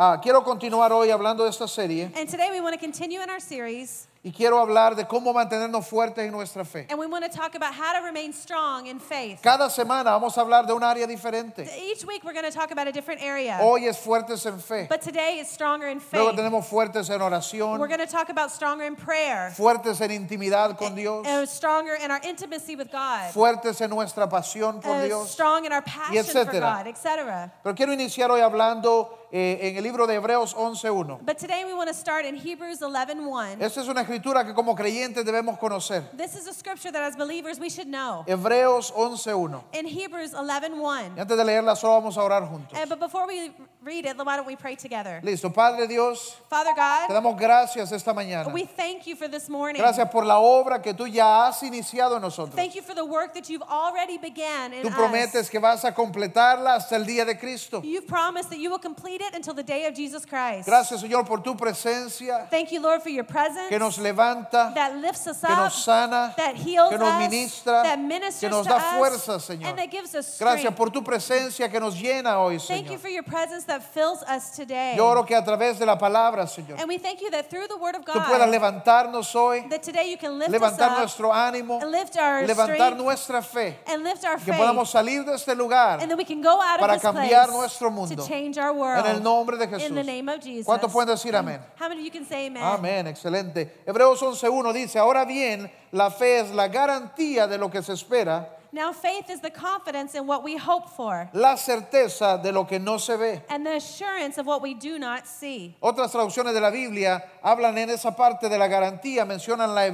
Ah, quiero continuar hoy hablando de esta serie And today we want to continue in our series, y quiero hablar de cómo mantenernos fuertes en nuestra fe. and we want to talk about how to remain strong in faith. Cada semana vamos a hablar de un área diferente. Each week we're going to talk about a different area, Hoy es fuertes en fe, but today is stronger in luego faith. tenemos fuertes en We're oración, going to talk about stronger in prayer, fuertes en intimidad con Dios, and stronger in our intimacy with God, fuertes en nuestra pasión por uh, Dios. strong in our passion for etcétera. God, etc. Pero quiero iniciar hoy hablando eh, en el libro de Hebreos 11.1. But today we want to start in Hebrews 11:1. Esta es una escritura que como creyentes debemos conocer. This is a scripture that as believers we should know. Hebreos 11.1. In Hebrews 11:1. Y antes de leerla solo vamos a orar juntos. Uh, but before we read it, why don't we pray together? Listo, Padre Dios, Father te God, damos gracias esta mañana. we thank you for this morning. Gracias por la obra que tú ya has iniciado en nosotros. Thank you for the work that you've already began in Tú us. prometes que vas a completarla hasta el día de Cristo. You've promised that you will complete it until the day of Jesus Christ. Gracias, Señor, por tu presencia Thank you, Lord, for your presence que nos levanta, that lifts us que up, nos sana, that heals que nos us, ministra, that que ministers nos to da us, fuerza, Señor. and that gives us strength. Gracias por tu presencia que nos llena hoy, thank you Señor. for your presence that fills us today. Yo oro que a través de la palabra, Señor, and we thank you that through the Word of tú puedas God, levantarnos hoy, that today you can lift us levantar up, nuestro ánimo, and lift our levantar strength, nuestra fe, and lift our que faith, podamos salir de este lugar and that we can go out para of this cambiar place nuestro mundo. to change our world en el nombre de Jesús. in the name of Jesus. ¿Cuántos pueden decir amén? How many of you can say amen? Amén, excelente. Hebreos 11.1 dice, ahora bien, la fe es la garantía de lo que se espera, Now faith is the confidence in what we hope for la certeza de lo que no se ve. and the assurance of what we do not see. Otras traducciones de la Biblia hablan en esa parte de la garantía, mencionan la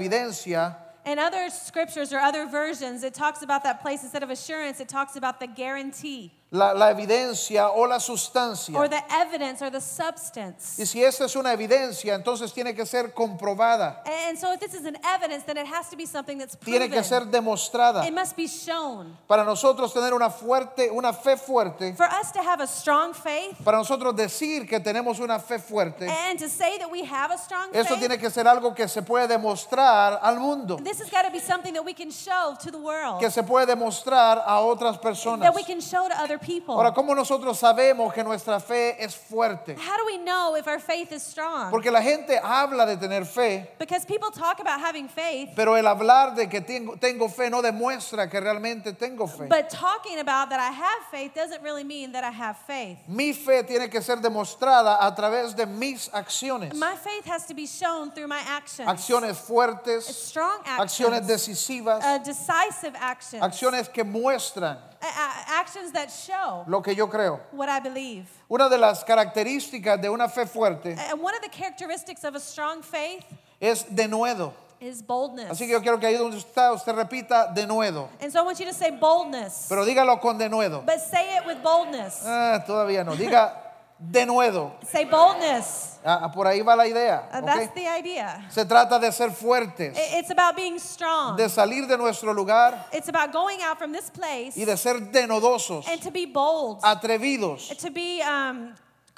evidencia, In other scriptures or other versions, it talks about that place instead of assurance, it talks about the guarantee la, la evidencia o la or sustancia. the evidence or the Y substance. si esta es una evidencia, entonces tiene que ser comprobada, And so if this is an evidence, then it has to be something that's tiene proven. que ser demostrada. It must be shown. Para nosotros tener una fuerte, una fe fuerte, For us to have a strong faith para nosotros decir que tenemos una fe fuerte, and to say that we have a strong Esto faith, tiene que ser algo que se puede demostrar al mundo, this has got to be something that we can show to the world, que se puede demostrar a otras personas. that we can show to other people. Ahora, ¿cómo nosotros sabemos que nuestra fe es fuerte? How do we know if our faith is strong? Porque la gente habla de tener fe, Because people talk about having faith, pero el hablar de que tengo, tengo fe no demuestra que realmente tengo fe. but talking about that I have faith doesn't really mean that I have faith. Mi fe tiene que ser demostrada a través de mis acciones. My faith has to be shown through my actions. Acciones fuertes, Strong actions. acciones uh, decisivas, decisive actions. acciones que muestran A- a- actions that show lo que yo creo. what I believe. Una de las características de una fe fuerte And one of the characteristics of a strong faith es denuedo. is boldness. Así que yo quiero que ahí donde está usted repita denuedo, and so I want you to say boldness, pero dígalo con denuedo. but say it with boldness. Ah, todavía no, diga denuedo. say boldness. Ah, ah, por ahí va la idea. Uh, ¿ok? That's the idea. Se trata de ser fuertes, I- It's about being strong. de salir de nuestro lugar It's about going out from this place y de ser denodosos, and to be bold, atrevidos. to be um,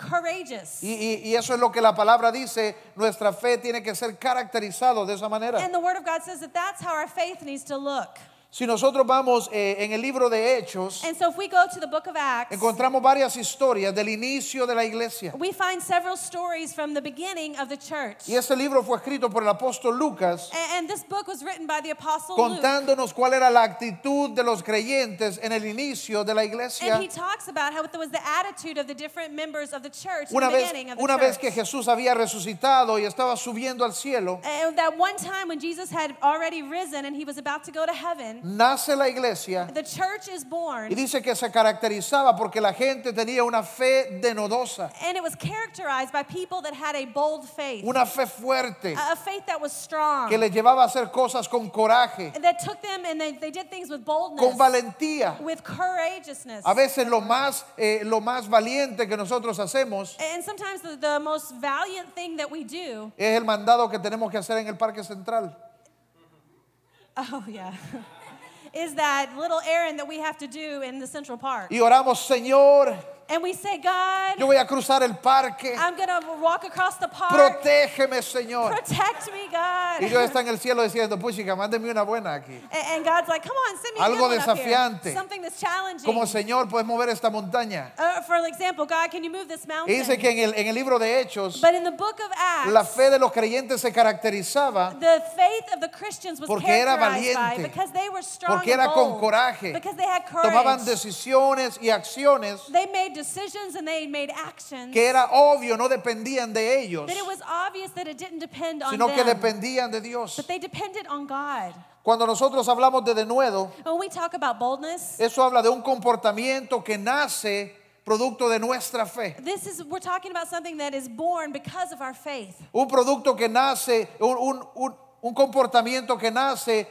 courageous. Y, y- y eso es lo que la palabra dice, nuestra fe tiene que ser caracterizado de esa manera. And the Word of God says that that's how our faith needs to look. Si nosotros vamos eh, en el libro de Hechos, And so if we go to the book of Acts, encontramos varias historias del inicio de la iglesia. we find several stories from the beginning of the church. Y ese libro fue escrito por el apóstol Lucas A- And this book was written by the Apostle Luke. contándonos cuál era la actitud de los creyentes en el inicio de la iglesia. And he talks about how it was the attitude of the different members of the church in Una the vez, beginning of the una vez church. que Jesús había resucitado y estaba subiendo al cielo, And that one time when Jesus had already risen and he was about to go to heaven, nace la iglesia the church is born. y dice que se caracterizaba porque la gente tenía una fe denodosa, And it was characterized by people that had a bold faith, una fe fuerte a a faith that was strong, que les llevaba a hacer cosas con coraje, and that took them and they, they did things with boldness, con valentía. with courageousness. A veces lo más, eh, lo más valiente que nosotros hacemos And sometimes the, the most valiant thing that we do, es el mandado que tenemos que hacer en el Parque Central. oh yeah, is that little errand that we have to do in the Central Park. Y oramos, Señor, And we say, God, Yo voy a cruzar el parque. I'm going to walk across the park. Protégeme, Señor. Protect me, God. Y Dios está en el cielo diciendo, puchica, mándeme una buena aquí. A- And God's like, come on, send me a Algo good one up here. desafiante. Something that's challenging. Como Señor, puedes mover esta montaña. Uh, for example, God, can you move this Y mountain? dice que en el, en el libro de Hechos, but in the book of Acts, la fe de los creyentes se caracterizaba the faith of the Christians was Porque era characterized by valiente. because they were strong porque and era con bold, coraje. because they had courage. Tomaban decisiones y acciones they made decisions and they made actions que era obvio, no dependían de ellos, that it was obvious that it didn't depend on sino que them, dependían de Dios. but they depended on God. Cuando nosotros hablamos de denuedo, When we talk about boldness, eso habla de un comportamiento que nace producto de nuestra fe. this is we're talking about something that is born because of our faith. Un producto que nace, un, un- un- un comportamiento que nace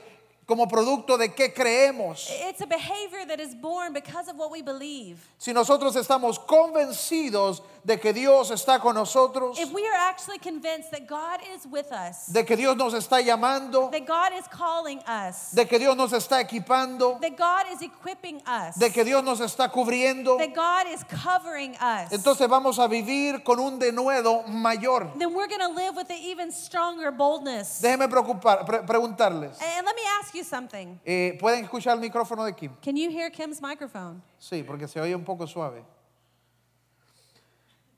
como producto de qué creemos. It's a behavior that is born because of what we believe. Si nosotros estamos convencidos de que Dios está con nosotros, If we are actually convinced that God is with us, de que Dios nos está llamando, that God is calling us, de que Dios nos está equipando, that God is equipping us, de que Dios nos está cubriendo, that God is covering us, entonces vamos a vivir con un denuedo mayor. then we're going to live with an even stronger boldness. Déjenme preocupar, pre- preguntarles. And let me ask you something. Eh, ¿Pueden escuchar el micrófono de Kim? Can you hear Kim's microphone? Sí, porque se oye un poco suave.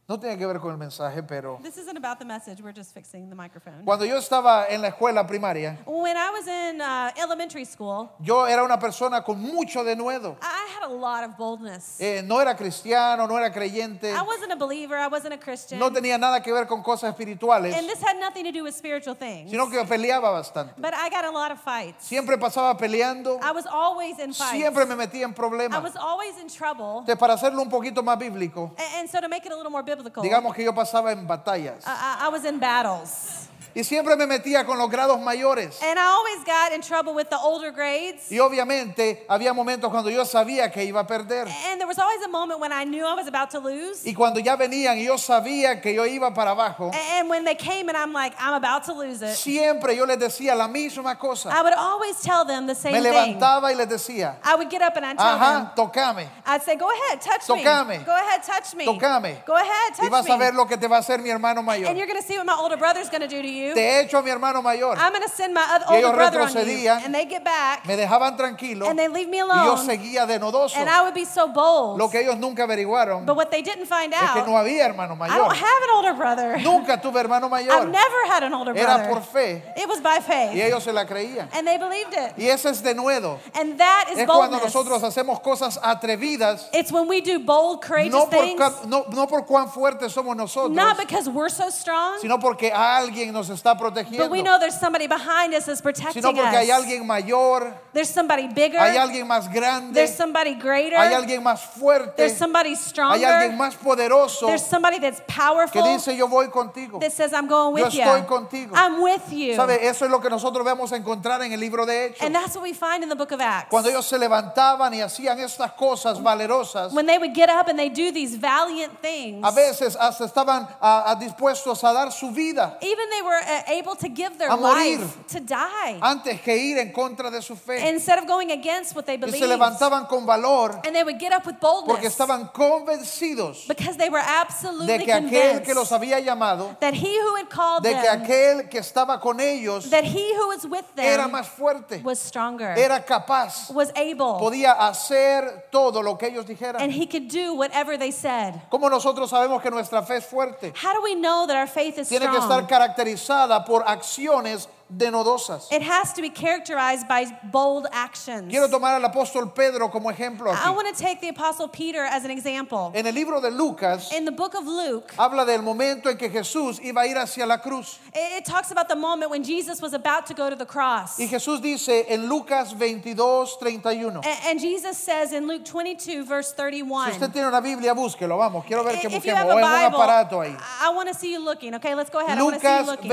No tiene que ver con el mensaje, pero This isn't about the message, we're just fixing the microphone. cuando yo estaba en la escuela primaria, When I was in uh, elementary school, yo era una persona con mucho denuedo. I had a lot of boldness. Eh, no era cristiano, no era creyente, I wasn't a believer, I wasn't a Christian. no tenía nada que ver con cosas espirituales, And this had nothing to do with spiritual things. sino que peleaba bastante. But I got a lot of fights. Siempre pasaba peleando, I was always in fights. siempre me metía en I problemas. was always in trouble. Entonces, para hacerlo un poquito más bíblico, A- And so to make it a little more biblical, I, digamos que yo pasaba en batallas I I was in battles. y siempre me metía con los grados mayores. And I always got in trouble with the older grades. Y obviamente había momentos cuando yo sabía que iba a perder. And there was always a moment when I knew I was about to lose. Y cuando ya venían y yo sabía que yo iba para abajo, A- And when they came and I'm like, I'm about to lose it, siempre yo les decía la misma I cosa. would always tell them the same Me thing. levantaba y les decía, I would get up and I'd tell them, ajá, tocame. I'd say, go ahead, touch me. Tocame. Go ahead, touch me. Tocame. Go ahead, touch Y vas me. a ver lo que te va a hacer mi hermano mayor. And you're going to see what my older brother's going to do to you. Te echo a mi hermano mayor. I'm going to send my other, Y ellos older brother on you. retrocedían. And they get back. Me dejaban tranquilo. And they leave Y me yo alone. seguía de nodoso. and I would be so bold. Lo que ellos nunca averiguaron but what they didn't find es que out, no había hermano I mayor. don't have an older brother. Nunca tuve hermano I've mayor. never had an older brother. Era por fe. It was by faith. Y ellos se la creían. And they believed it. Y ese es de nuevo. And that is Es cuando boldness. nosotros hacemos cosas atrevidas, it's when we do bold, courageous no por, things, cua- no, no por cuán fuertes somos not nosotros, because we're so strong, sino porque alguien nos está but we protegiendo, know there's somebody behind us that's protecting sino porque us. hay alguien mayor, there's somebody bigger. hay alguien más there's grande, somebody greater. hay alguien más fuerte, there's somebody stronger. hay alguien más poderoso there's somebody that's que powerful dice yo voy contigo. that says, I'm going Yo with estoy you. contigo." I'm with you. ¿Sabe? Eso es lo que nosotros vamos a encontrar en el libro de Hechos. And that's what we find in the book of Acts. Cuando ellos se levantaban y hacían estas cosas valerosas, when they would get up and they do these valiant things, a veces hasta estaban ah, ah, dispuestos a dar su vida even they were uh, able to give their A morir. life to die antes que ir en contra de su fe. instead of going against what they Y believed. se levantaban con valor and they would get up with boldness porque estaban convencidos because they were absolutely de que aquel convinced que los había llamado, that he who had called de them, que aquel que estaba con ellos that he who was with era them más fuerte, was stronger, era capaz, was able, podía hacer todo lo que ellos dijeran. and he could do whatever they said. ¿Cómo nosotros sabemos que nuestra fe es fuerte? How do we know that our faith is Tiene strong? que estar caracterizada por acciones denodosas. It has to be characterized by bold actions. Quiero tomar al apóstol Pedro como ejemplo I aquí. Eh, want to take the Apostle Peter as an example. En el libro de Lucas In the book of Luke, habla del momento en que Jesús iba a ir hacia la cruz. it, it talks about the moment when Jesus was about to go to the cross. Y A- Jesús dice en Lucas 22, 31. And, Jesus says in Luke 22, verse Si 31. usted tiene una Biblia, búsquelo, vamos. Quiero ver que If you busquemos. have O a en un Bible, aparato ahí. I want to see you looking. Okay, let's go ahead. I Lucas want to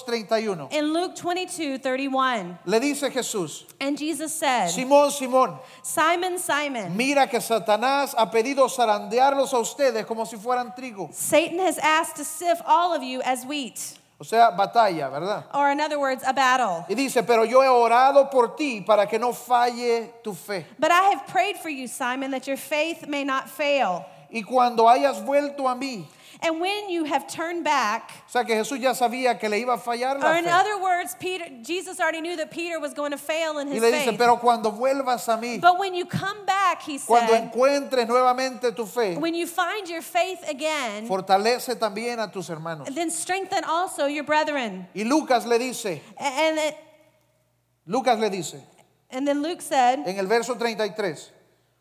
see you looking. Eh. 22, 31. In Luke 22, 31, Le dice Jesús, and Jesus said, Simón, Simón, Simon, Simon, mira que Satanás ha pedido zarandearlos a ustedes como si fueran trigo. Satan has asked to sift all of you as wheat, O sea, batalla, ¿verdad? or in other words, a battle. Y dice, pero yo he orado por ti para que no falle tu fe. But I have prayed for you, Simon, that your faith may not fail. y cuando hayas vuelto a mí. And when you have turned back, O sea que Jesús ya sabía que le iba a fallar or la in fe. other words, Peter, Jesus already knew that Peter was going to fail in Y his le dice, faith. pero cuando vuelvas a mí, But when you come back, he cuando said, encuentres nuevamente tu fe, when you find your faith again, fortalece también a tus hermanos. then strengthen also your brethren. Y Lucas le dice, A- And, it- Lucas le dice, and then Luke said, en el verso 33,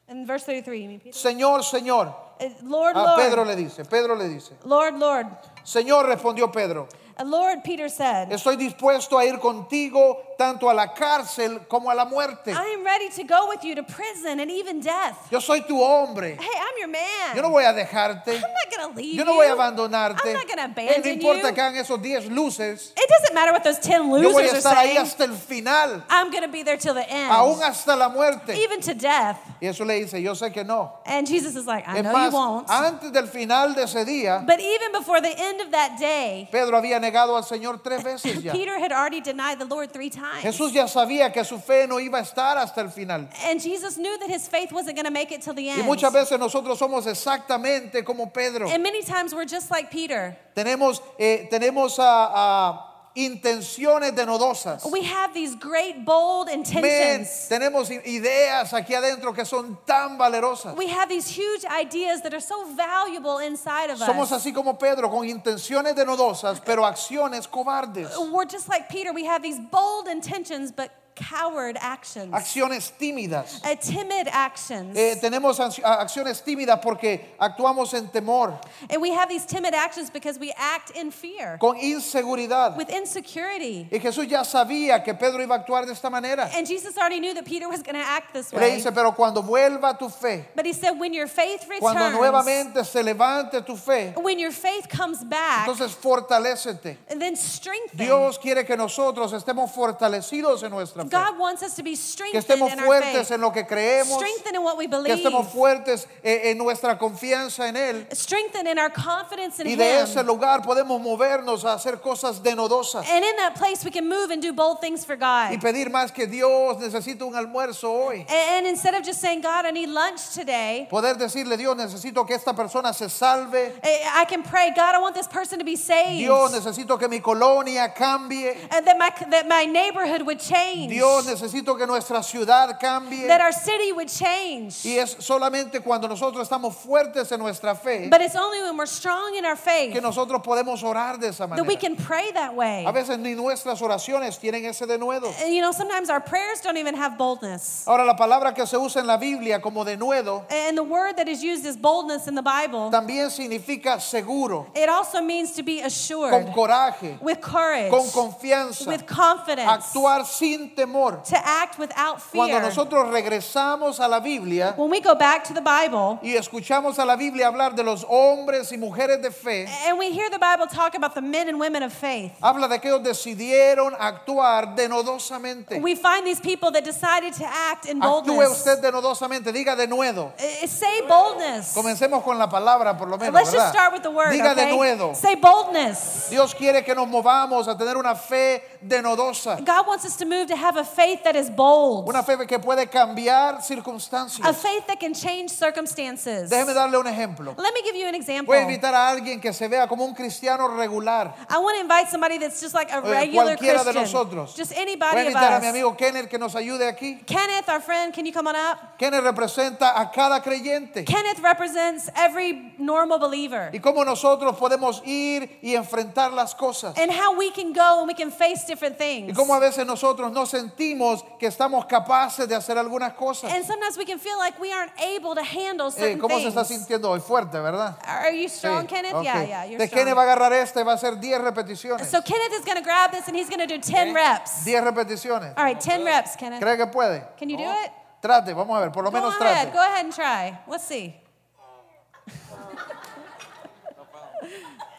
in verse 33, you mean, Peter? Señor, Señor, Uh, Lord, a Ah, Pedro Lord, le dice, Pedro le dice, Lord, Lord, Señor, respondió Pedro, Uh, Lord, Peter said, estoy dispuesto a ir contigo tanto a la cárcel como a la muerte. I am ready to go with you to prison and even death. Yo soy tu hombre. Hey, I'm your man. Yo no voy a dejarte. I'm not going to leave Yo no voy a you. abandonarte. I'm not gonna Eh, No abandon importa you. que hagan esos 10 luces. It doesn't matter what those 10 Yo voy a losers are estar ahí saying. hasta el final, I'm going to be there till the end, aún hasta la muerte. even to death. Y eso le dice, yo sé que no. And Jesus is like, I Es know más, you won't. antes del final de ese día, But even before the end of that day, Pedro había negado al Señor tres veces ya. Peter had already denied the Lord three times. Jesús ya sabía que su fe no iba a estar hasta el final. And Jesus knew that his faith wasn't going to make it till the Y end. muchas veces nosotros somos exactamente como Pedro. and many times we're just like Peter. Tenemos, eh, tenemos ah, ah, intenciones denodosas. We have these great, bold Men, intentions. tenemos i- ideas aquí adentro que son tan valerosas. We have these huge ideas that are so valuable inside of Somos us. así como Pedro, con intenciones denodosas, pero acciones cobardes. We're just like Peter. We have these bold intentions, but coward actions, Acciones tímidas. uh, timid actions. Eh, tenemos ansi- a- acciones tímidas porque actuamos en temor, and we have these timid actions because we act in fear, con inseguridad. with insecurity. Y Jesús ya sabía que Pedro iba a actuar de esta manera. And Jesus already knew that Peter was going to act this Le way. dice, pero cuando vuelva tu fe, But he said, when your faith cuando returns, nuevamente se levante tu fe, when your faith comes back, entonces fortalécete. then strengthen. Dios quiere que nosotros estemos fortalecidos en nuestra fe. God wants us to be que strengthened estemos in our fuertes faith, en lo que creemos, strengthened in what we que believe, estemos fuertes eh, en nuestra confianza en Él. strengthened in our confidence in Y de Him. ese lugar podemos movernos a hacer cosas denodosas And in that place, we can move and do bold things for God. y pedir más que Dios necesito un almuerzo hoy. And instead of just saying, God, I need lunch today, Poder decirle, Dios, necesito que esta persona se salve. I I can pray, God, I want this person to be saved. Dios, necesito que mi colonia cambie. And that my, that my neighborhood would change. Dios, necesito que nuestra ciudad cambie. that our city would change. Y es solamente cuando nosotros estamos fuertes en nuestra fe But it's only when we're strong in our faith que nosotros podemos orar de esa that we manera. can pray that way. A veces ni nuestras oraciones tienen ese denuedo. And, you know, sometimes our prayers don't even have boldness. Ahora, la palabra que se usa en la Biblia como denuedo And the word that is used as boldness in the Bible, también significa seguro, it also means to be con assured, coraje, with courage, con confianza, with confidence, actuar sin temor. to act without Cuando fear. nosotros regresamos a la Biblia When we go back to the Bible y escuchamos a la Biblia hablar de los hombres y mujeres de fe, and we hear the Bible talk about the men and women of faith, habla de que ellos decidieron actuar denodosamente. we find these people that decided to act in Actúe boldness. usted denodosamente, diga de nuevo. Eh, Say boldness. Comencemos con la palabra por lo menos, Let's just ¿verdad? start with the word. Diga de okay? nuevo. Say boldness. Dios quiere que nos movamos a tener una fe denodosa, God wants us to move to have a faith that is bold, una fe que puede cambiar a circunstancias. faith that can change circumstances. Déjeme darle un ejemplo. Let me give you an example. Voy a invitar a alguien que se vea como un cristiano regular. I want to invite somebody that's just like a Eh, regular cualquiera de Christian. nosotros. Just Voy a anybody of invitar a mi us. amigo Kenneth que nos ayude aquí. Kenneth, our friend, can you come on up? Kenneth representa a cada creyente. Kenneth represents every normal believer Y cómo nosotros podemos ir y enfrentar las cosas. and how we can go and we can face different Y things. cómo a veces nosotros no sentimos que estamos capaces de hacer algunas cosas. And sometimes we can feel like we aren't able to handle Eh, certain ¿Cómo se things. está sintiendo hoy? Fuerte, ¿verdad? Are you strong, Sí, Kenneth? ok. Yeah, yeah, you're De strong. Kenneth va a agarrar este, va a Eh, hacer 10 repeticiones. So Kenneth is going to grab this and he's going to do 10 reps. 10 repeticiones. All right, 10 reps, Kenneth. ¿Cree que puede? Can you do it? Trate, vamos a ver, Oh, por lo Go menos trate. ahead. Go ahead and try. Let's see.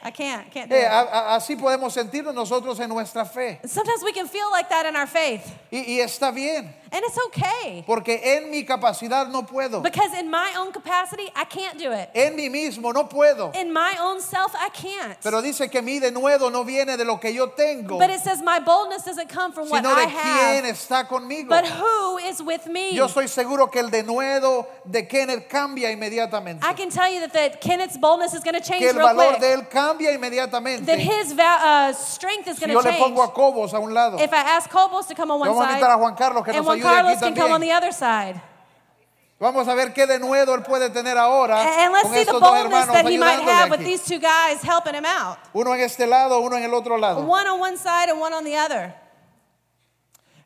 I can't. Can't do Eh, it. a- a- así podemos sentirnos nosotros en nuestra fe. Sometimes we can feel like that in our faith, Y, y está bien. And it's okay. Porque en mi capacidad no puedo. Because in my own capacity, I can't do it. En mí mismo no puedo. In my own self, I can't. Pero dice que mi denuedo no viene de lo que yo tengo, But it says my boldness doesn't come from what sino I de quién have, está conmigo. but who is with me. Yo estoy seguro que el denuedo de Kenneth cambia inmediatamente. I can tell you that, that Kenneth's boldness is going to change Que el real valor quick. de él cambia that inmediatamente. his va- uh, strength is Si going yo to le pongo a change. Cobos a un lado, If I ask Cobos to come on one vamos a invitar a side, Juan Carlos que and nos Juan ayude aquí Carlos can come on the también. other side. Vamos a ver qué denuedo él puede tener ahora And, and let's ah, con see the estos dos boldness hermanos that he might have ayudándole with aquí. these two guys helping him out. Uno en este lado, uno en el otro lado. One on one side and one on the other.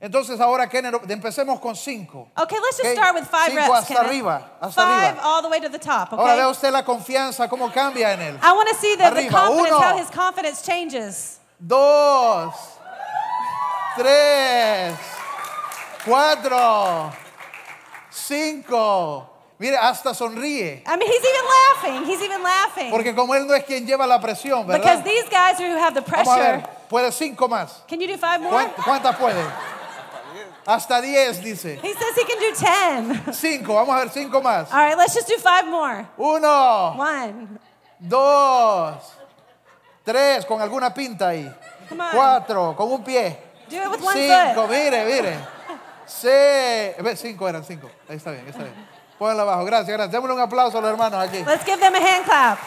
Entonces ahora Kenneth, empecemos con cinco. Okay, let's just Okay, start with five cinco reps. hasta Kenneth. arriba, hasta five arriba. all the way to the top. Okay. Ahora vea usted la confianza, cómo cambia en él. I want to see the, the Arriba, confidence, uno. how his confidence changes. Dos, tres, cuatro, cinco. Mire, hasta sonríe. I mean, he's even laughing. He's even laughing. Porque como él no es quien lleva la presión, because ¿verdad? these guys are who have the Vamos a ver, pressure. puede cinco más. Can you do five more? ¿Cuán- ¿Cuántas puede? Hasta diez, dice. He says he can do ten. Cinco, vamos a ver cinco más. All right, let's just do five more. Uno, One. dos, tres, con alguna pinta ahí. Come on. Cuatro, con un pie. Do it with one Cinco, foot. mire, mire. Seis, ve, cinco eran, cinco. Ahí está bien, está bien. Pónganla abajo, gracias, gracias. Démosle un aplauso a los hermanos aquí. Let's give them a hand clap.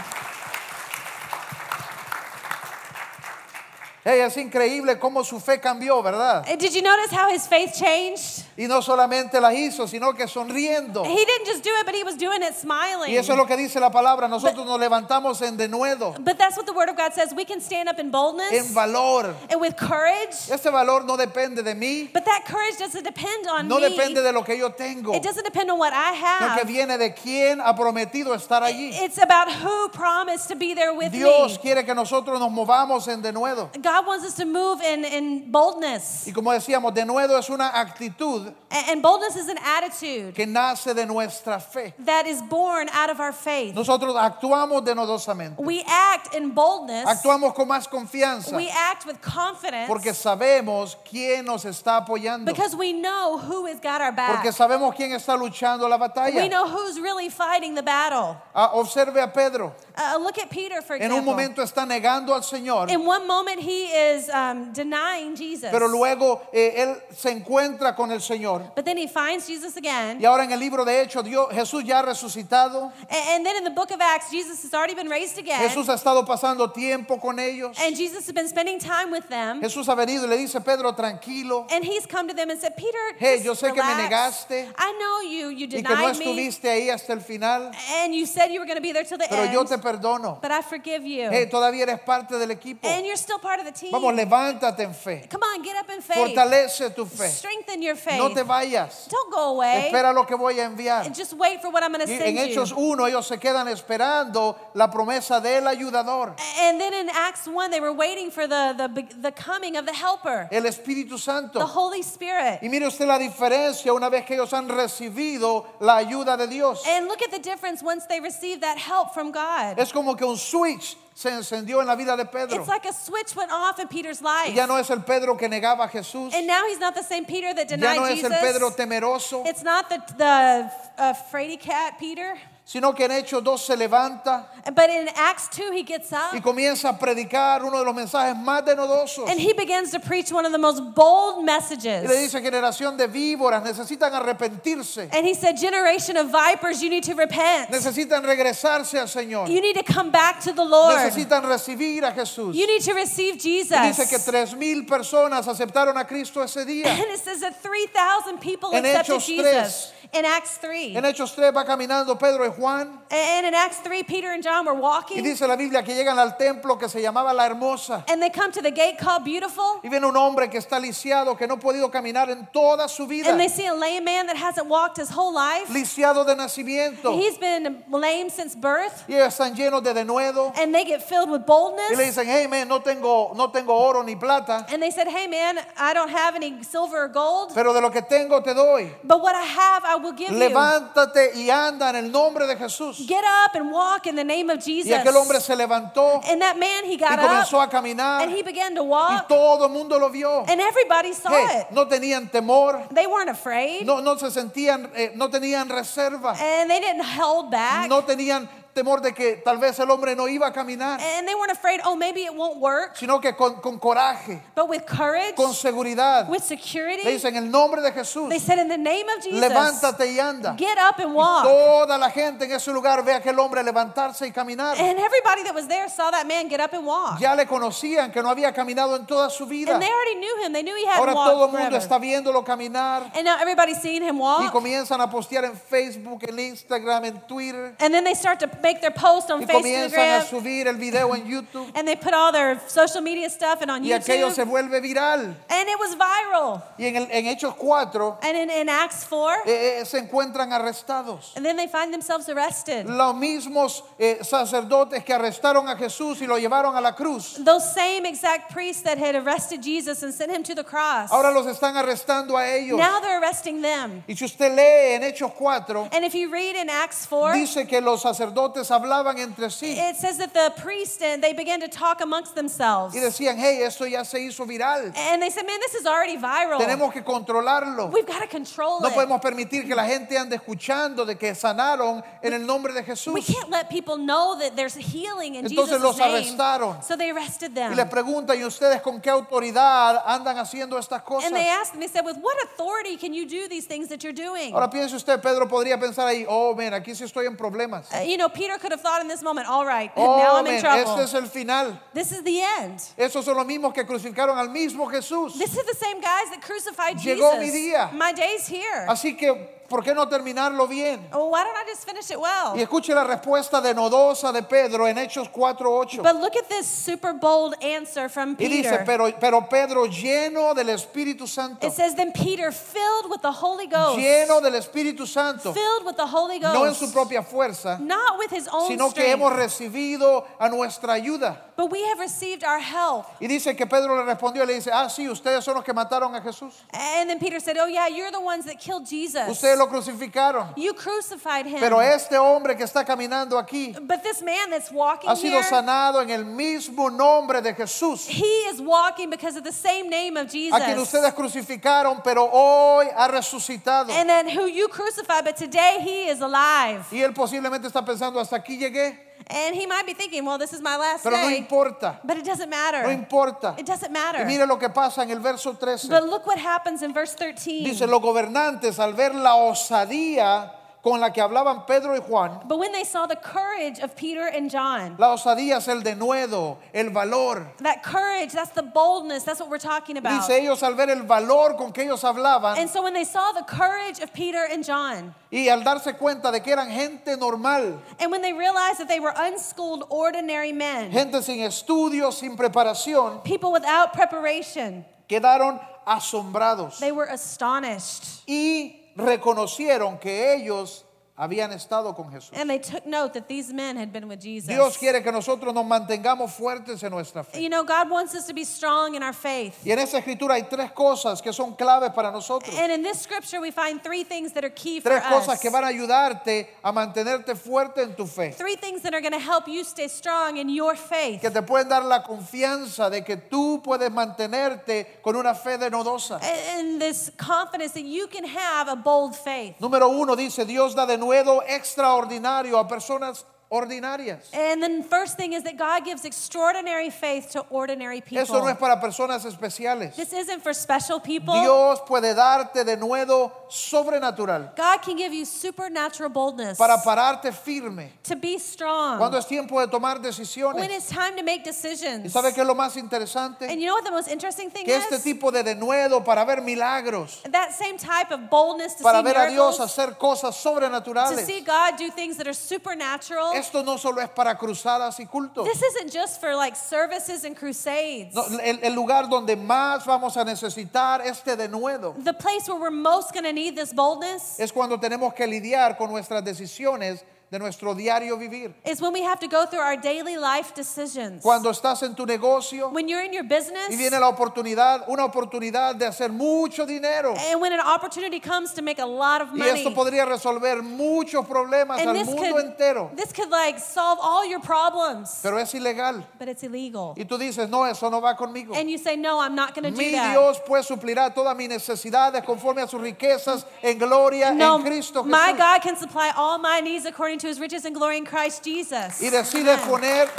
Hey, es increíble cómo su fe cambió, ¿verdad? Uh, Did you notice how his faith changed? Y no solamente las hizo, sino que sonriendo. He didn't just do it, but he was doing it smiling. Y eso es lo que dice la palabra. Nosotros nos levantamos en denuedo, But that's what the Word of God says. We can stand up in en boldness valor. and with courage, Ese valor no depende de mí, but that courage doesn't depend on no me. depende de lo que yo tengo, It doesn't depend on what I sino que have. viene de quien ha prometido estar allí. It's about who promised to be there with Dios me. quiere que nosotros nos movamos en denuedo. God wants us to move in, in boldness. Y como decíamos, denuedo es una actitud A- And boldness is an attitude que nace de nuestra fe. that is born out of our faith. Nosotros actuamos denodosamente, We act in boldness. actuamos con más confianza We act with confidence porque sabemos quién nos está apoyando, because we know who has got our back. porque sabemos quién está luchando la We batalla. know who's really fighting the battle. Ah, observe a Pedro. Uh, look at Peter, for En example. un momento está negando al Señor, In one moment, he is um, denying Jesus. pero luego eh, él se encuentra con el Señor. but then he finds Jesus again. Y ahora en el libro de Hechos, Dios, Jesús ya ha resucitado. A- And then in the book of Acts, Jesus has already been raised again. Jesús ha estado pasando tiempo con ellos. and Jesus has been spending time with them. Jesús ha venido y le dice, Pedro, tranquilo. and he's come to them and said, Peter, Hey, just yo sé que me relax. negaste I know you. You Y que no denied me. estuviste ahí hasta el final, And you said you were going to be there till the pero end. yo te perdono. but I forgive you. Hey, todavía eres parte del equipo. and you're still part of the team. Vamos, levántate en fe. Come on, get up in faith. Fortalece tu fe. Strengthen your faith. No te vayas. Don't go away. Espera lo que voy a enviar. And just wait for what I'm going to Y send en Hechos you. 1 ellos se quedan esperando la promesa del ayudador, And then in Acts 1, they were waiting for the, the, the coming of the Helper, el Espíritu the Santo. Holy Spirit. Y mire usted la diferencia una vez que ellos han recibido la ayuda de Dios. And look at the difference once they receive that help from God. Es como que un switch se encendió en la vida de Pedro. It's like a switch went off in Peter's life. Ya no es el Pedro que negaba a Jesús. And now he's not the same Peter that Ya denied no es el Pedro Jesus. temeroso, It's not the, the uh, fraidy cat Peter. sino que en Hechos 2 se levanta But in Acts 2, he gets up y comienza a predicar uno de los mensajes más denodosos. and he begins to preach one of the most bold Y le messages. dice, generación de víboras, necesitan arrepentirse, And he said, Generation of vipers, you need to repent. necesitan regresarse al Señor, You need to come back to the Lord. necesitan recibir a Jesús. You need to receive Jesus. Y dice que tres mil personas aceptaron a Cristo ese día. and it says that 3,000 people En accepted Hechos Jesus in Acts 3. En Hechos 3 va caminando Pedro y Juan and in Acts 3, Peter and John were y walking, dice la Biblia que llegan al templo que se llamaba La Hermosa. and they come to the gate called Beautiful, Y viene un hombre que está lisiado, que no ha podido caminar en toda su vida, and they see a lame man that hasn't walked his whole life. lisiado de nacimiento. He's been lame since birth, Y ellos están llenos de denuedo. and they get filled with Y le boldness. dicen, hey, man, no tengo, no tengo oro ni plata, And they said, Hey man, I don't have any silver or gold, pero de lo que tengo te doy. but what I have I will give you. Levántate y anda en el nombre de Jesús. Get up and walk in the name of Jesus. Y aquel hombre se levantó and that man, he y got comenzó up a caminar and he y began to walk, todo el mundo lo vio. and everybody saw Hey, it. no tenían temor, They weren't afraid, no, no se sentían, eh, no tenían reserva, and they didn't hold back, no tenían temor de que tal vez el hombre no iba a caminar, and they weren't afraid, oh, maybe it won't work. sino que con, con coraje, But with courage, con seguridad, with le security, dicen en el nombre de Jesús, they said, in the name of Jesus, levántate y anda. get up and walk. Toda la gente en ese lugar ve a aquel hombre levantarse y caminar. And everybody that was there saw that man get up and walk. Ya le conocían que no había caminado en toda su vida. And they already knew him. They knew he hadn't Ahora todo walked el mundo forever. está viéndolo caminar And now everybody's seeing him y walk. comienzan a postear en Facebook, en Instagram, en Twitter And then they start to make their post on y comienzan a Facebook. subir el video en YouTube And they put all their social media stuff and on y aquello YouTube. se vuelve viral. and it was viral. Y en, el- en Hechos 4 And in, in Acts 4, eh, eh, se encuentran arrestados. and then they find themselves arrested. Los mismos eh, sacerdotes que arrestaron a Jesús y lo llevaron a la cruz, Those same exact priests that had arrested Jesus and sent him to the cross. ahora los están arrestando a ellos. now they're arresting them. Y si usted lee en Hechos 4, And if you read in Acts 4, dice que los sacerdotes hablaban entre sí it says that the priests and they began to talk amongst themselves. y decían, hey, esto ya se hizo viral, And they said, man, this is already viral. tenemos que controlarlo. We've got to control No it. podemos permitir que la gente ande escuchando de que sanaron en el nombre de We Jesús. can't let people know that there's healing in Entonces Jesus' los name. arrestaron. So they arrested Y them. les preguntan, ¿y ustedes con qué autoridad andan haciendo estas cosas? And they asked them, they said, with what authority can you do these things that you're doing? Ahora piense usted, Pedro podría pensar ahí, oh, man, aquí sí estoy en problemas. Uh, you know, Peter could have thought in this moment, all right, now Oh, I'm man, in trouble. este es el final. This is the end. Esos son los mismos que crucificaron al mismo Jesús. This is the same guys that crucified Llegó mi Jesus. día. My day's here. Así que, ¿por qué no terminarlo bien? Oh, why don't I just finish it Y well? escuche la respuesta denodosa de Pedro en Hechos 4:8. But look at this super bold answer from Y dice, Peter. pero, pero Pedro lleno del Espíritu Santo, It says, then Peter, filled with the Holy Ghost, lleno del Espíritu Santo, filled with the Holy no en Ghost, su propia fuerza, not with his own sino que strength, hemos recibido a nuestra ayuda. but we have received our help. Y dice que Pedro le respondió y le dice, ah, sí, ustedes son los que mataron a Jesús. And then Peter said, oh yeah, you're the ones that killed Jesus. Ustedes lo crucificaron. You crucified him. Pero este hombre que está caminando aquí but this man that's walking ha sido here, sanado en el mismo nombre de Jesús, he is walking because of the same name of Jesus. a quien ustedes crucificaron, pero hoy ha resucitado. And then who you crucified, but today he is alive. Y él posiblemente está pensando, hasta aquí llegué, And he might be thinking, well, this is my last pero no day. importa, but it doesn't matter. no importa. It doesn't Y matter. mire lo que pasa en el verso 13. But look what happens in verse 13. Dice, los gobernantes al ver la osadía con la que hablaban Pedro y Juan, but when they saw the courage of Peter and John, la osadía es el denuedo, el valor. that courage, that's the boldness, that's what we're talking about. Dice ellos al ver el valor con que ellos hablaban and so when they saw the courage of Peter and John, y al darse cuenta de que eran gente normal, and when they realized that they were unschooled, ordinary men, gente sin estudios, sin preparación, people without preparation, quedaron asombrados they were astonished. y reconocieron que ellos habían estado con Jesús. And they took note that these men had been with Jesus. Dios quiere que nosotros nos mantengamos fuertes en nuestra fe. You know, God wants us to be strong in our faith. Y en esa escritura hay tres cosas que son claves para nosotros. And in this scripture, we find three things that are key for Tres cosas us. que van a ayudarte a mantenerte fuerte en tu fe. Three things that are going to help you stay strong in your faith. Que te pueden dar la confianza de que tú puedes mantenerte con una fe denodosa. And this confidence that you can have a bold faith. Número uno dice, Dios da de nuevo extraordinario a personas ordinarias. And then first thing is that God gives extraordinary faith to ordinary people. Eso no es para personas especiales. this isn't for special people. Dios puede darte de nuevo sobrenatural God can give you supernatural boldness para pararte firme. to be strong. Cuando es tiempo de tomar when decisiones. it's time to make ¿Y decisions. sabe qué es lo más interesante? and you know what the most interesting thing Que is? este tipo de denuedo para ver milagros, that same type of boldness to para see ver a Dios miracles, hacer cosas to sobrenaturales, see God do things that are supernatural. esto no solo es para cruzadas y cultos. This isn't just for like services and crusades. No, el, el lugar donde más vamos a necesitar este denuedo The place where we're most going to need this boldness es cuando tenemos que lidiar con nuestras decisiones de nuestro diario vivir. is when we have to go through our daily life decisions. Cuando estás en tu negocio when you're in your business y viene la oportunidad, una oportunidad de hacer mucho dinero. and when an opportunity comes to make a lot of Y money. esto podría resolver muchos problemas and al this mundo could, entero, this could like solve all your problems. pero es ilegal. but it's illegal. Y tú dices, no, eso no va conmigo. and you say, no, I'm not going to Mi do that. Dios pues suplirá todas mis necesidades conforme a sus riquezas en gloria no, en Cristo Jesús. my God can supply all my needs according to his riches and glory in Christ Jesus. Y decides Amen. poner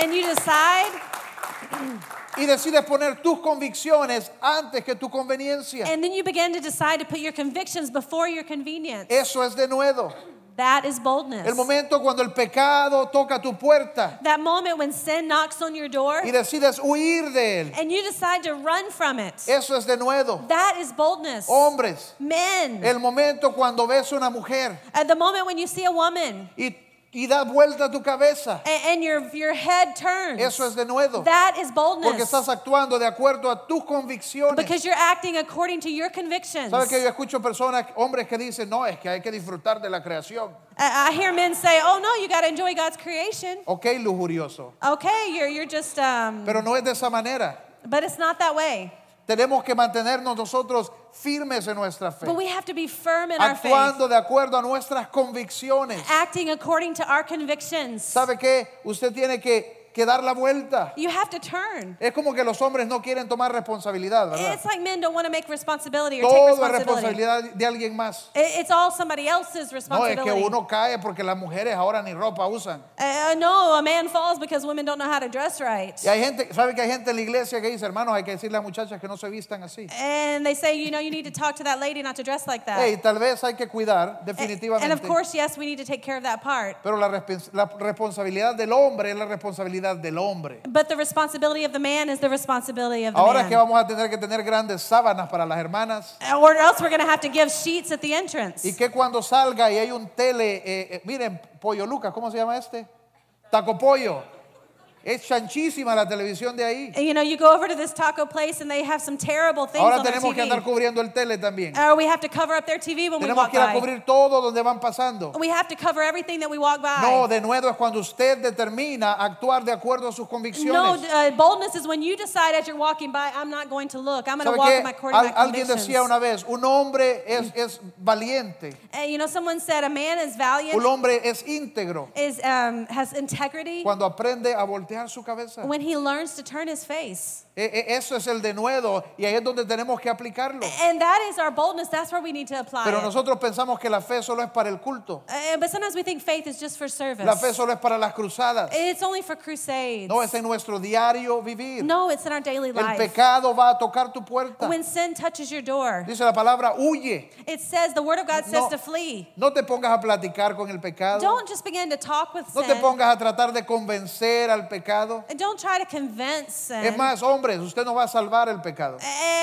and you decide, y decides poner tus convicciones antes que tu conveniencia. and then you begin to decide to put your convictions before your convenience. Eso es de nuevo. that is boldness. El momento cuando el pecado toca tu puerta that moment when sin knocks on your door y decides huir de él. and you decide to run from it. Eso es de nuevo. that is boldness. Hombres, Men, el momento cuando ves una mujer at the moment when you see a woman y, y da vuelta tu cabeza, and, and your, your head turns, eso es de nuevo. that is Porque boldness. estás actuando de acuerdo a tus convicciones. Because you're acting according to your convictions. ¿Sabes que yo escucho personas, hombres que dicen, no, es que hay que disfrutar de la creación. I, I hear men say, "Oh no, you got to enjoy God's creation." Ok, lujurioso. Okay, you're you're just um, Pero no es de esa manera. but it's not that way. Tenemos que mantenernos nosotros firmes en nuestra fe. But we have to be firm in our faith, Actuando de acuerdo a nuestras convicciones. acting according to our convictions. ¿Sabe qué? Usted tiene que, que dar la vuelta. You have to turn. Es como que los hombres no quieren tomar responsabilidad, ¿verdad? It's like men don't want to make responsibility or take Todo es responsibility. responsabilidad de alguien más. It- It's all somebody else's No es responsibility. que uno cae porque las mujeres ahora ni ropa usan. Uh, no, a man falls because women don't know how to dress right. Y hay gente, ¿sabe que hay gente en la iglesia que dice, hermanos, hay que decirle a muchachas que no se vistan así? And they say, you know, you need to talk to that lady not to dress like that. Hey, tal vez hay que cuidar, Eh, and of definitivamente. course, yes, we need to take care of that part. Pero la, respe- la responsabilidad del hombre es la responsabilidad del hombre. But the responsibility of the man is the responsibility of the Ahora es man. que vamos a tener que tener grandes sábanas para las hermanas. Or else we're going to have to give sheets at the entrance. Y que cuando salga y hay un tele, eh, eh, miren, Pollo Lucas, ¿cómo se llama este? Taco Pollo. Es chanchísima la televisión de ahí. And, you know, you go over to this taco place and they have some terrible things Ahora on their tenemos que andar TV. cubriendo el tele también. Or we have to cover up their TV when we Tenemos walk que ir a by. cubrir todo donde van pasando. We have to cover everything that we walk by. No, de nuevo es cuando usted determina actuar de acuerdo a sus No, convicciones. uh, boldness is when you decide as you're walking by, I'm not going to look. I'm going ¿Sabe to walk qué? in my according to Al- my alguien decía convictions. una vez, un hombre es, es valiente, And, you know, someone said a man is un valiant, hombre es íntegro is um, has integrity cuando aprende a voltear su cabeza. when he learns to turn his face. E- e- Eso es el denuedo y ahí es donde tenemos que aplicarlo. And that is our boldness. That's where we need to apply Pero it. nosotros pensamos que la fe solo es para el culto, Uh, but sometimes we think faith is just for service. la fe solo es para las cruzadas. It's only for crusades. No, es en nuestro diario vivir. No, it's in our daily El life. pecado va a tocar tu puerta. When sin touches your door, Dice la palabra, huye. it says the word of God No. says to flee. No te pongas a platicar con el pecado. Don't just begin to talk with No sin. te pongas a tratar de convencer al pecado. And Don't try to convince sin. Es más, hombres, usted no va a salvar el pecado.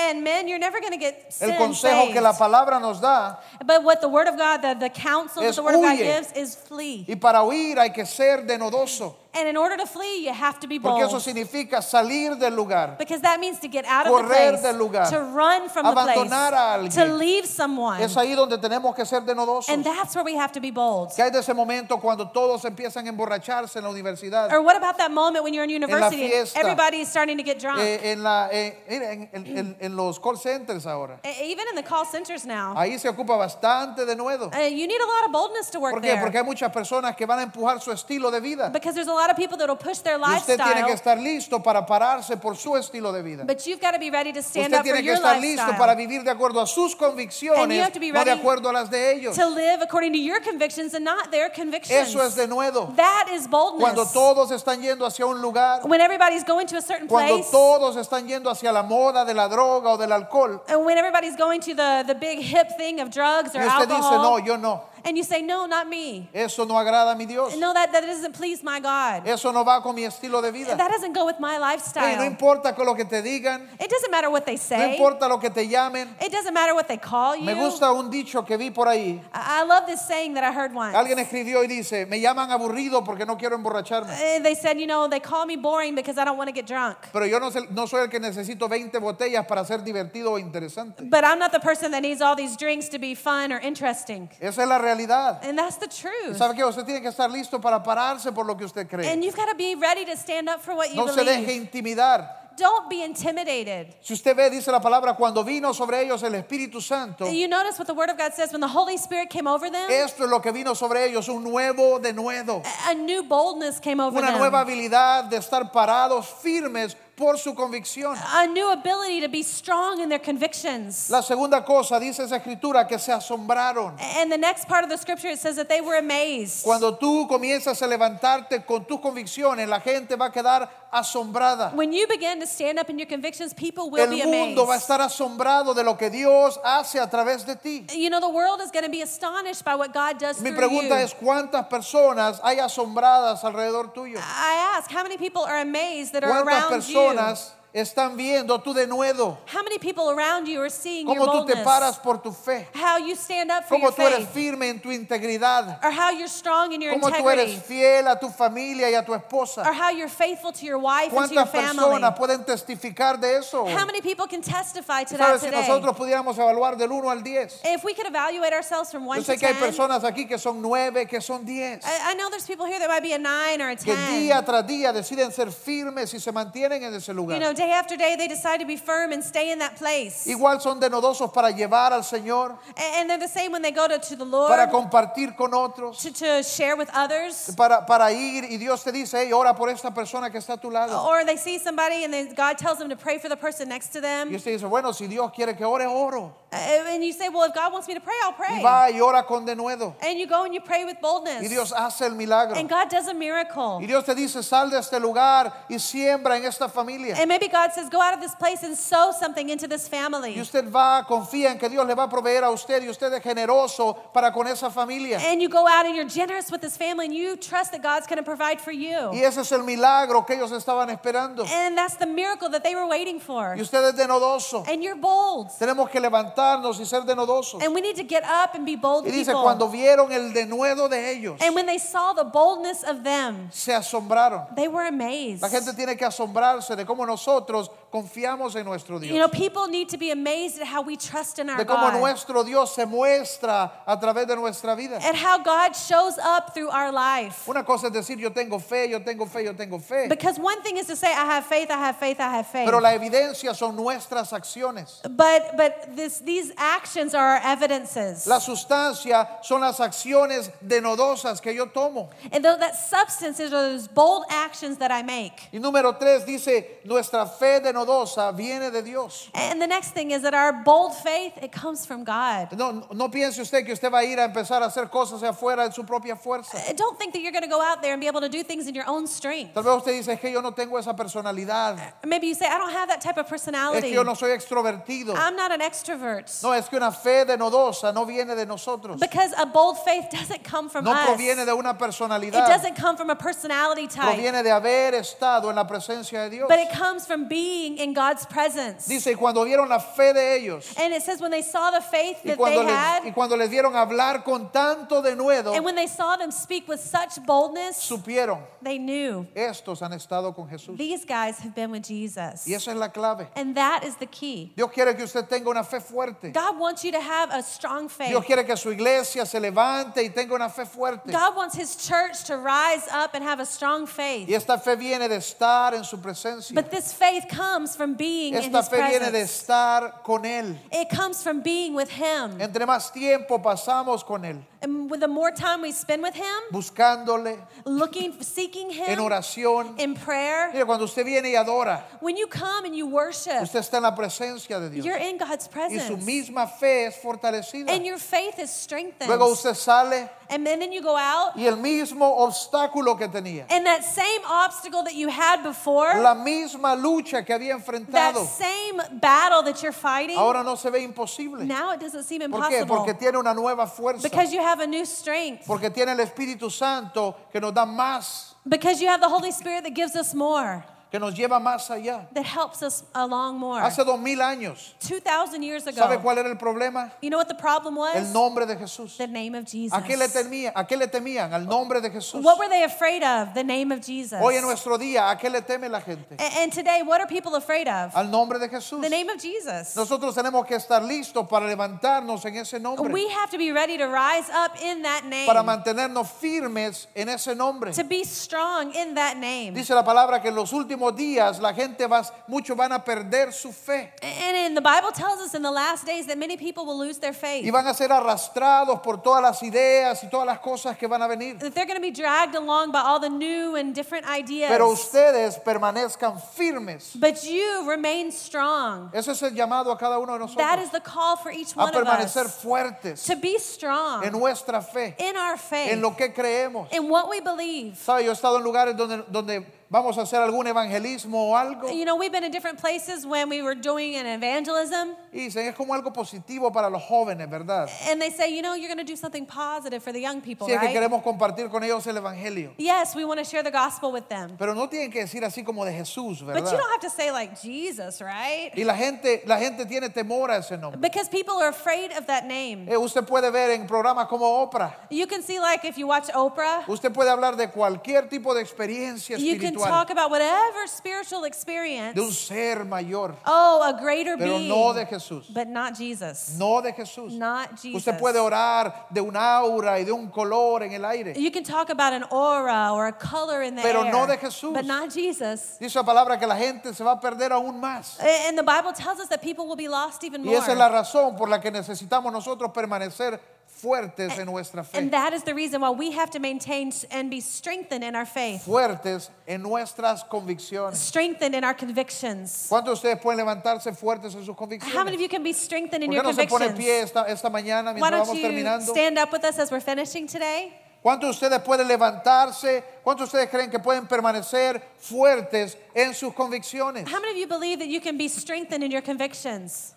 and men, you're never going to get sin El consejo que saved. la palabra nos da, But what the word of God, the, the counsel Es that the word of God huye. gives is flee. y para huir hay que ser denodoso, And in order to flee, you have to be bold. porque eso significa salir del lugar. because that means to get out of the Correr place, del lugar. to run from Abandonar a the alguien. place, to leave someone. Es ahí donde tenemos que ser denodosos. And that's where we have to be bold. ¿Qué hay de ese momento cuando todos empiezan a emborracharse en la universidad? Or what about that moment when you're in university and fiesta. everybody is starting to get drunk? Eh, en, la, eh, mira, en- en- en- en los call centers ahora. E- Even in the call centers now. Ahí se ocupa bastante de nuevo. Uh, you need a lot of boldness to work ¿Por qué? there. Porque hay muchas personas que van a empujar su estilo de vida. because there's a lot of people that will push their Y usted tiene lifestyle. que estar listo para pararse por su estilo de vida. But you've got to be ready to stand Usted up for tiene que your estar lifestyle. listo para vivir de acuerdo a sus convicciones, to be no de ready acuerdo a las de ellos. to live according to your convictions and not their convictions. Eso es de nuevo. that is boldness. Cuando todos están yendo hacia un lugar, when everybody's going to a certain cuando place, todos están yendo hacia la moda de la droga o del alcohol, and when everybody's going to the, the big hip thing of drugs y or usted dice, alcohol, no, yo no, and you say, no, not me. eso no agrada a mi Dios, No, that, that doesn't please my God. eso no va con mi estilo de vida. That doesn't go with my Ey, lifestyle. no importa con lo que te digan, It doesn't matter what they no say. importa lo que te llamen. It doesn't matter what they call you. Me gusta un dicho que vi por ahí. I I love this saying that I heard once. Alguien escribió y dice, me llaman aburrido porque no quiero emborracharme. Uh, They said, you know, they call me boring because I don't want to get drunk. Pero yo no, sé- no soy el que necesito 20 botellas para ser divertido o interesante. But I'm not the person that needs all these drinks to be fun or interesting. Esa es la realidad. And that's the Y truth. sabe que usted tiene que estar listo para pararse por lo que usted cree. And you've got to be ready to stand up for what you No se deje believe. intimidar. Don't be intimidated. Si usted ve, dice la palabra, cuando vino sobre ellos el Espíritu Santo, You notice what the Word of God says when the Holy Spirit came over them, esto es lo que vino sobre ellos, un nuevo denuedo, a new boldness came over una them, nueva habilidad de estar parados firmes por su convicción. a new ability to be strong in their convictions. La segunda cosa, dice esa escritura, que se asombraron. And the next part of the scripture it says that they were amazed. Cuando tú comienzas a levantarte con tus convicciones, la gente va a quedar asombrada. When you begin to stand up in your convictions, people will El be mundo va a amazed. estar asombrado de lo que Dios hace a través de ti. You know, the world is going to be astonished by what God does Mi through you. pregunta es, ¿cuántas personas hay asombradas alrededor tuyo? I ask, how many people are amazed that are ¿Cuántas around personas están viendo tu denuedo? you? How many people around you are seeing your ¿Cómo tú te boldness? paras por tu fe? How you stand up for ¿Cómo your tú eres faith? firme en tu integridad? Or how you're strong in your ¿Cómo tú integrity? eres fiel a tu familia y a tu Or esposa? how you're faithful to your wife and to your ¿Cuántas family? personas pueden testificar de eso? How many people can testify to that ¿Sabes si today? nosotros pudiéramos evaluar del 1 al 10? If we could evaluate ourselves from 1 Yo to sé que hay 10, personas aquí que son 9, que son 10, I, I know there's people here that might be a 9 or a que 10. día tras día deciden ser firmes y se mantienen en ese You lugar. know, day after day, they decide to be firm and stay in that place. Igual son denodosos para llevar al Señor, A- and they're the same when they go to, to the Lord para compartir con otros, to, to share with others, para, para ir y Dios te dice, hey, ora por esta persona que está a tu lado. or they see somebody and then God tells them to pray for the person next to them. Y usted dice, bueno, si Dios quiere que ore, oro. A- And you say, Well, if God wants me to pray, I'll Y pray. va y ora con denuedo. And you go and you pray with Y boldness. Dios hace el milagro. And God does a Y miracle. Dios te dice, sal de este lugar y siembra en esta familia. And maybe God says, Go out of this place and sow something into Y this family. usted va, confía en que Dios le va a proveer a usted y usted es generoso para con esa familia. And you go out and you're generous with this family and you trust that God's going to provide for Y you. ese es el milagro que ellos estaban esperando. And that's the miracle that they were waiting for. Y usted es denodoso. And you're bold. Tenemos que levantarnos y ser denodosos. And we need to get up and be bold Y dice, people. cuando vieron el denuedo de ellos, and when they saw the boldness of them, se asombraron. they were amazed. La gente tiene que asombrarse de cómo nosotros confiamos en nuestro you know, Dios. people need to be amazed at how we trust in our De cómo God nuestro Dios se muestra a través de nuestra vida. and how God shows up through our life. Una cosa es decir, yo tengo fe, yo tengo fe, yo tengo fe. Because one thing is to say, I have faith, I have faith, I have faith. Pero la evidencia son nuestras acciones. but but this, these actions are our evidences. La sustancia son las acciones denodosas que yo tomo. and though that substances are those bold actions that I make. Y número tres dice, nuestra fe denodosa viene de Dios. And the next thing is that our bold faith, it comes from God. No, no piense usted que usted va a ir a empezar a hacer cosas afuera en su propia fuerza. Uh, Don't think that you're going to go out there and be able to do things in your own strength. Tal vez usted dice, es que yo no tengo esa personalidad. Maybe you say, I don't have that type of Es que personality. yo no soy extrovertido. I'm not an extrovert. No, es que una fe denodosa no viene de nosotros. Because a bold faith doesn't come from No us. proviene de una it personalidad. doesn't come from a personality type. Proviene de haber estado en la presencia de Dios. But it comes from being in God's presence. Dice, y cuando vieron la fe de ellos, and it says when they saw the faith y that cuando, they les, y had, cuando les dieron hablar con tanto denuedo, and when they saw them speak with such boldness, supieron, they knew estos han estado con Jesús. these guys have been with Jesus. Y esa es la clave. And that is the key. Dios quiere que usted tenga una fe fuerte. God wants you to have a strong faith. Dios quiere que su iglesia se levante y tenga una fe fuerte. God wants his church to rise up and have a strong faith. Y esta fe viene de estar en su presencia. But this faith comes from being in Esta his fe viene de presence. estar con Él. It comes from being with him. Entre más tiempo pasamos con Él, And with the more time we spend with him, buscándole looking seeking en him oración. in prayer, Mire, cuando usted viene y adora, when you come and you worship, usted está en la presencia de Dios. you're in God's Y su presence. misma fe es fortalecida. And your faith is strengthened. Luego usted sale And then, then you go out, y el mismo obstáculo que tenía, and that same obstacle that you had before, la misma lucha que había that enfrentado, same battle that you're fighting, ahora no se ve imposible. now it doesn't seem ¿Por qué? Porque impossible. tiene una nueva fuerza. Because you have a new strength. Porque tiene el Espíritu Santo que nos da más, Because you have the Holy Spirit that gives us more. que nos lleva más allá. that helps us along more. Hace dos mil años, 2,000 years ¿sabe ago, cuál era el problema? you know what the problem El was? nombre de Jesús. The name of Jesus. ¿A qué le temían? ¿A qué le temían? Al nombre de Jesús. What were they afraid of? The name of Jesus. Hoy en nuestro día, ¿a qué le teme la gente? A- And today, what are people afraid of? Al nombre de Jesús. The name of Jesus. Nosotros tenemos que estar listos para levantarnos en ese nombre, We have to be ready to rise up in that para name, mantenernos firmes en ese nombre. to be strong in that name. Dice la palabra que en los últimos días la gente va, muchos van a perder su fe And in the Bible tells us in the last days that many people will lose their y faith. van a ser arrastrados por todas las ideas y todas las cosas que van a venir. That they're going to be dragged along by all the new and different ideas. Pero ustedes permanezcan firmes. But you remain strong. Ese es el llamado a cada uno de That nosotros, is the call for each a one of permanecer us fuertes to be en strong nuestra fe, in our en faith, lo que creemos. in what we believe. ¿Sabe? Yo he estado en lugares donde, donde vamos a hacer algún evangelismo o algo You know, we've been in different places when we were doing an evangelism, y dicen, es como algo positivo para los jóvenes, ¿verdad? and they say, you know, you're going to do something positive for the young people, Si es que right? queremos compartir con ellos el evangelio. Yes, we want to share the gospel with them. Pero no tienen que decir así como de Jesús, But ¿verdad? you don't have to say, like, Jesus, right? Y la gente, la gente tiene temor a ese nombre. Because people are afraid of that name. Eh, usted puede ver en programas como Oprah. You can see, like, if you watch Oprah, Usted puede hablar de cualquier tipo de experiencia you can espiritual, talk about whatever spiritual de un experience. ser mayor, Oh, a greater pero being. no de Jesús, But not Jesus. no de Jesús. Not Jesus. Usted puede orar de un aura y de un color en el aire. You can talk about an aura or a color in the Pero air. no de Jesús. But not Jesus. Dice la palabra que la gente se va a perder aún más. A- And the Bible tells us that people will be lost even Y more. esa es la razón por la que necesitamos nosotros permanecer fuertes en nuestra fe, and that is the reason why we have to maintain s- and be strengthened in our faith, fuertes en nuestras convicciones. strengthened in our convictions. ¿Cuántos de ustedes pueden levantarse fuertes en sus How many convicciones? of you can be strengthened in ¿Por your qué no se pone convictions? pie esta, esta mañana Why mientras don't vamos you terminando? stand up with us as we're finishing today? ¿Cuántos de ustedes pueden levantarse? ¿Cuántos de ustedes creen que pueden permanecer fuertes en sus convicciones? How many of you believe that you can be strengthened in your convictions?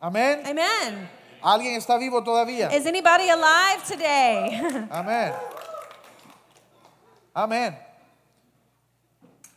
Amén. Amen. ¿Alguien está vivo todavía? Is anybody alive today? Amén. Amén.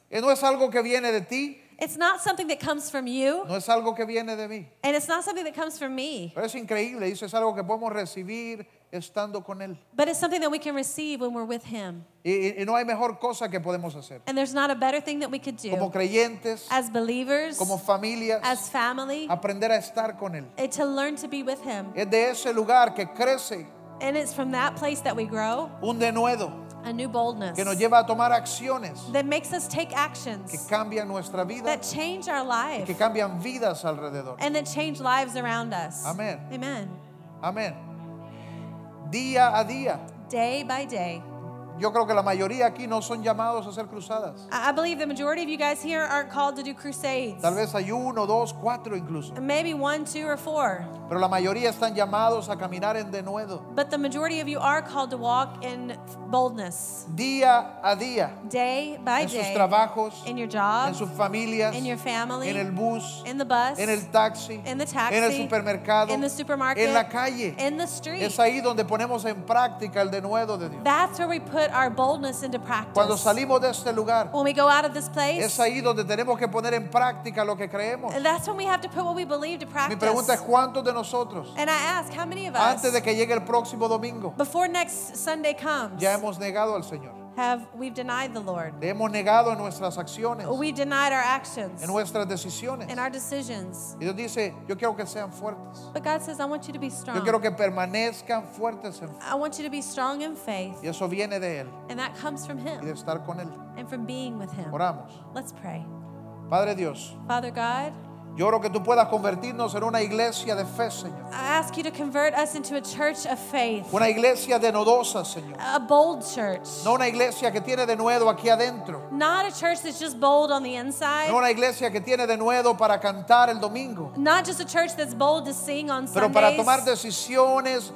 Eh, No es algo que viene de ti, it's not something that comes from you, no es algo que viene de mí. and it's not something that comes from me, Pero es increíble, dice, es algo que podemos recibir estando con Él. but it's something that we can receive when we're with Him. Y, y- y no hay mejor cosa que podemos hacer. And there's not a better thing that we could Como do creyentes, as believers, como familias, as family, aprender a estar con Él. eh, to learn to be with Him. Es de ese lugar que crece And it's from that place that we grow un denuedo a new boldness que nos lleva a tomar acciones that makes us take que actions cambian nuestra vida, that change our que life cambian vidas alrededor. and that change lives around us. Amen. Amen. Amén. Día a día. Day by day. Yo creo que la mayoría aquí no son llamados a hacer cruzadas. I I believe the majority of you guys here aren't called to do crusades. Tal vez hay uno, dos, cuatro incluso. Maybe one, two, or four. Pero la mayoría están llamados a caminar en denuedo. But the majority of you are called to walk in boldness Día a día. day by En sus day. trabajos, in your en job, sus familias, in your family, en el bus, in the bus, en el taxi, in the taxi, en el supermercado, in the supermarket, en la calle. in the street. Es ahí donde ponemos en práctica el denuedo de Dios. That's where we put our boldness into practice. Cuando salimos de este lugar, when we go out of this place, es ahí donde tenemos que poner en práctica lo que creemos. that's when we have to put what we believe to Mi practice. pregunta es cuántos de nosotros, and I ask, how many of us, antes de que llegue el próximo domingo, before next Sunday comes, ya hemos negado al Señor. have we've denied the Lord? Le hemos negado en nuestras acciones, We've denied our actions en nuestras decisiones. and our decisions. Y Dios dice, yo quiero que sean fuertes. But God says, I want you to be strong. Yo quiero que permanezcan fuertes en fe. I want you to be strong in faith. Y eso viene de Él And that comes from y de Him estar con Él. and from being with Him. Oramos. Let's pray. Padre Dios, Father God, yo oro que tú puedas convertirnos en una iglesia de fe, Señor. I ask you to convert us into a church of faith, Una iglesia denodosa, Señor. a bold church. No una iglesia que tiene de nuevo aquí adentro. Not a church that's just bold on the inside. No una iglesia que tiene de nuevo para cantar el domingo. Not just a church that's bold to sing on Pero para tomar Sundays, decisiones,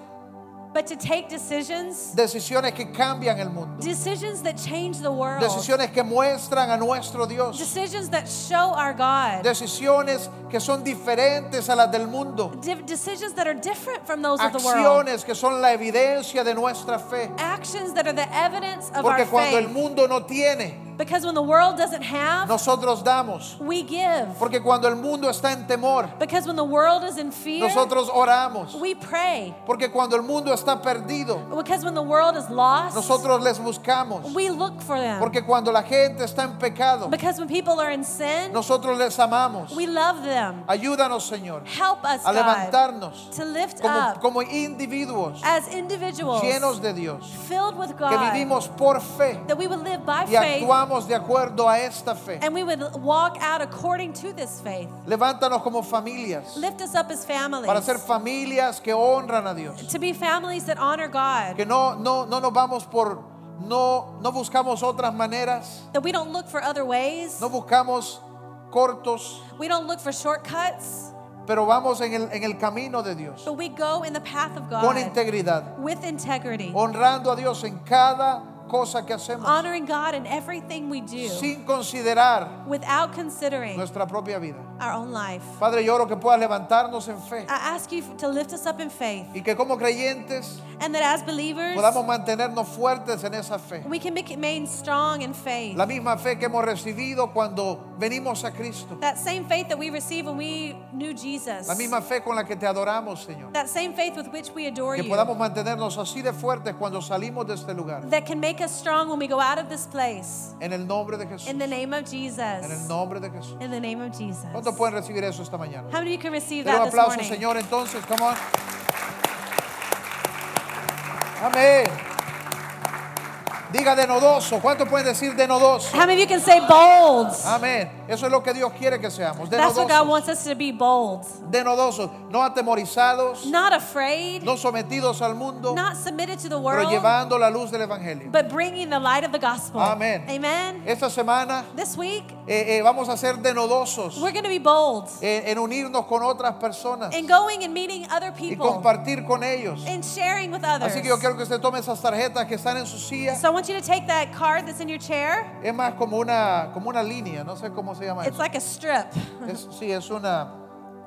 but to take decisions, decisiones que cambian el mundo. decisions that change the world, Decisiones que muestran a nuestro Dios. decisions that show our God, Decisiones que son diferentes a las del mundo. Di- decisions that are different from those of the world, Acciones que son la evidencia de nuestra fe. actions that are the evidence of our Porque cuando el faith. mundo no tiene, Because when the world doesn't have, nosotros damos. we give. Porque cuando el mundo está en temor, Because when the world is in fear, nosotros oramos. we pray. Porque cuando el mundo está perdido, Because when the world is lost, nosotros les buscamos. we look for them. Porque cuando la gente está en pecado, Because when people are in sin, nosotros les amamos. we love them. Ayúdanos, Señor, Help us, a God, levantarnos to lift como, up como individuos as individuals llenos de Dios, filled with que God, vivimos por fe that we would live by y faith actuamos de acuerdo a esta fe. and we would walk out according to this faith. Levántanos como familias Lift us up as para ser families, familias que honran a Dios, to be families that honor que God, no, no, no nos vamos por, no, no buscamos otras maneras, that we don't look for other ways, no buscamos cortos, we don't look for shortcuts, pero vamos en el, en el camino de Dios, but we go in the path of con God. integridad, with integrity, honrando a Dios en cada cosa que hacemos, honoring God in everything we do, sin considerar without considering nuestra propia vida. our own life. Padre, yo oro que puedas levantarnos en fe I ask you to lift us up in faith, y que como creyentes and that as believers, podamos mantenernos fuertes en esa fe. we can bec- remain strong in faith. La misma fe que hemos recibido cuando venimos a Cristo. That same faith that we received when we knew Jesus. La misma fe con la que te adoramos, Señor. That same faith with which we adore Que you. podamos mantenernos así de fuertes cuando salimos de este lugar. That can make us strong when we go out of this place. En el nombre de Jesús. In the name of En el Jesus. nombre de Jesús. In the name of Jesus. ¿Cuántos pueden recibir eso esta mañana? How many of you can receive Dale un that this aplauso, morning? Señor, entonces. Come on. Amén. Diga denodoso. ¿Cuántos pueden decir denodoso? How many of you can say bold? Ah, Amén. Eso es lo que Dios quiere que seamos. That's what God Denodosos. wants us to be bold. Denodosos. No atemorizados. not afraid, No sometidos al mundo. not submitted to the Pero world, llevando la luz del Evangelio. but bringing the light of the gospel. Amén. Amen. Esta semana This week, eh, eh, vamos a ser denodosos we're going to be bold eh, en unirnos con otras personas in going and meeting other y people compartir con ellos. and sharing with others. Así que yo quiero que usted tome esas tarjetas que están en su silla. So I want you to take that card that's in your chair. Es más como una, como una línea, no sé cómo se llama It's eso. like a strip, Es- sí, es una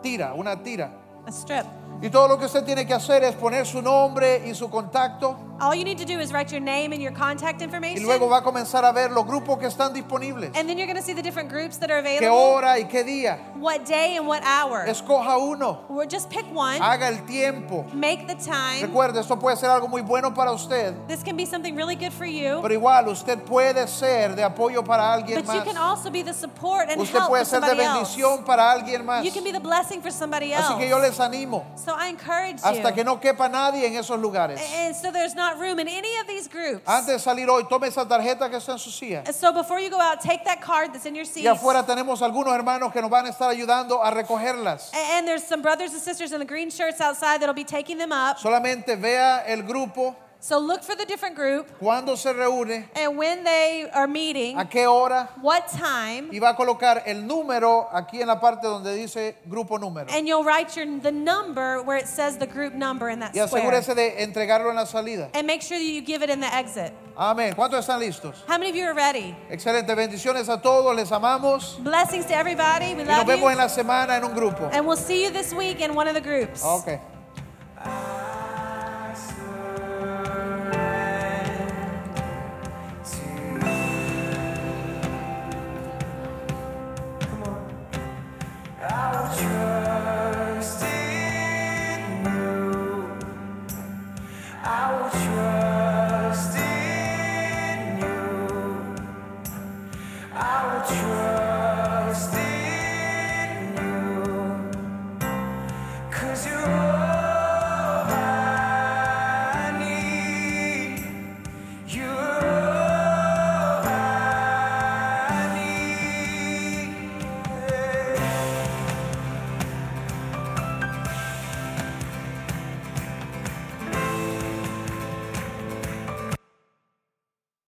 tira, una tira. a strip. Y todo lo que usted tiene que hacer es poner su nombre y su contacto. All you need to do is write your name and your contact Y information. luego va a comenzar a ver los grupos que están disponibles. And then you're going to see the different groups that are ¿Qué available. hora y qué día? What day and what hour. Escoja uno. Or just pick one. Haga el tiempo. Make the time. Recuerde, esto puede ser algo muy bueno para usted. This can be something really good for you. Pero igual, usted puede ser de apoyo para alguien But you más. can also be the support and Usted help puede for ser de somebody else. bendición para alguien más. You can be the blessing for somebody else. Así que yo les animo so I encourage hasta you. Eh, que no quepa nadie en esos lugares. and so there's not room in any of these groups. Antes de salir hoy, tome esa tarjeta que está en su silla. And so before you go out, take that card that's in your seat. Y afuera tenemos algunos hermanos que nos van a estar ayudando a recogerlas. A- And there's some brothers and sisters in the green shirts outside that'll be taking them up. Solamente vea el grupo, So look for the different group cuándo se reúne, and when they are meeting, a qué hora, what time, y va a colocar el número aquí en la parte donde dice grupo número. and you'll write your the number where it says the group number in that Y square. asegúrese de entregarlo en la salida. And make sure that you give it in the exit. Amén. ¿Cuántos están listos? How many of you are ready? Excelente. Bendiciones a todos. Les amamos. Blessings to everybody. We Y nos love vemos en you. la semana en un grupo. And we'll see you this week in one of the groups. Ok. Trust in you. I will trust in you. I will trust.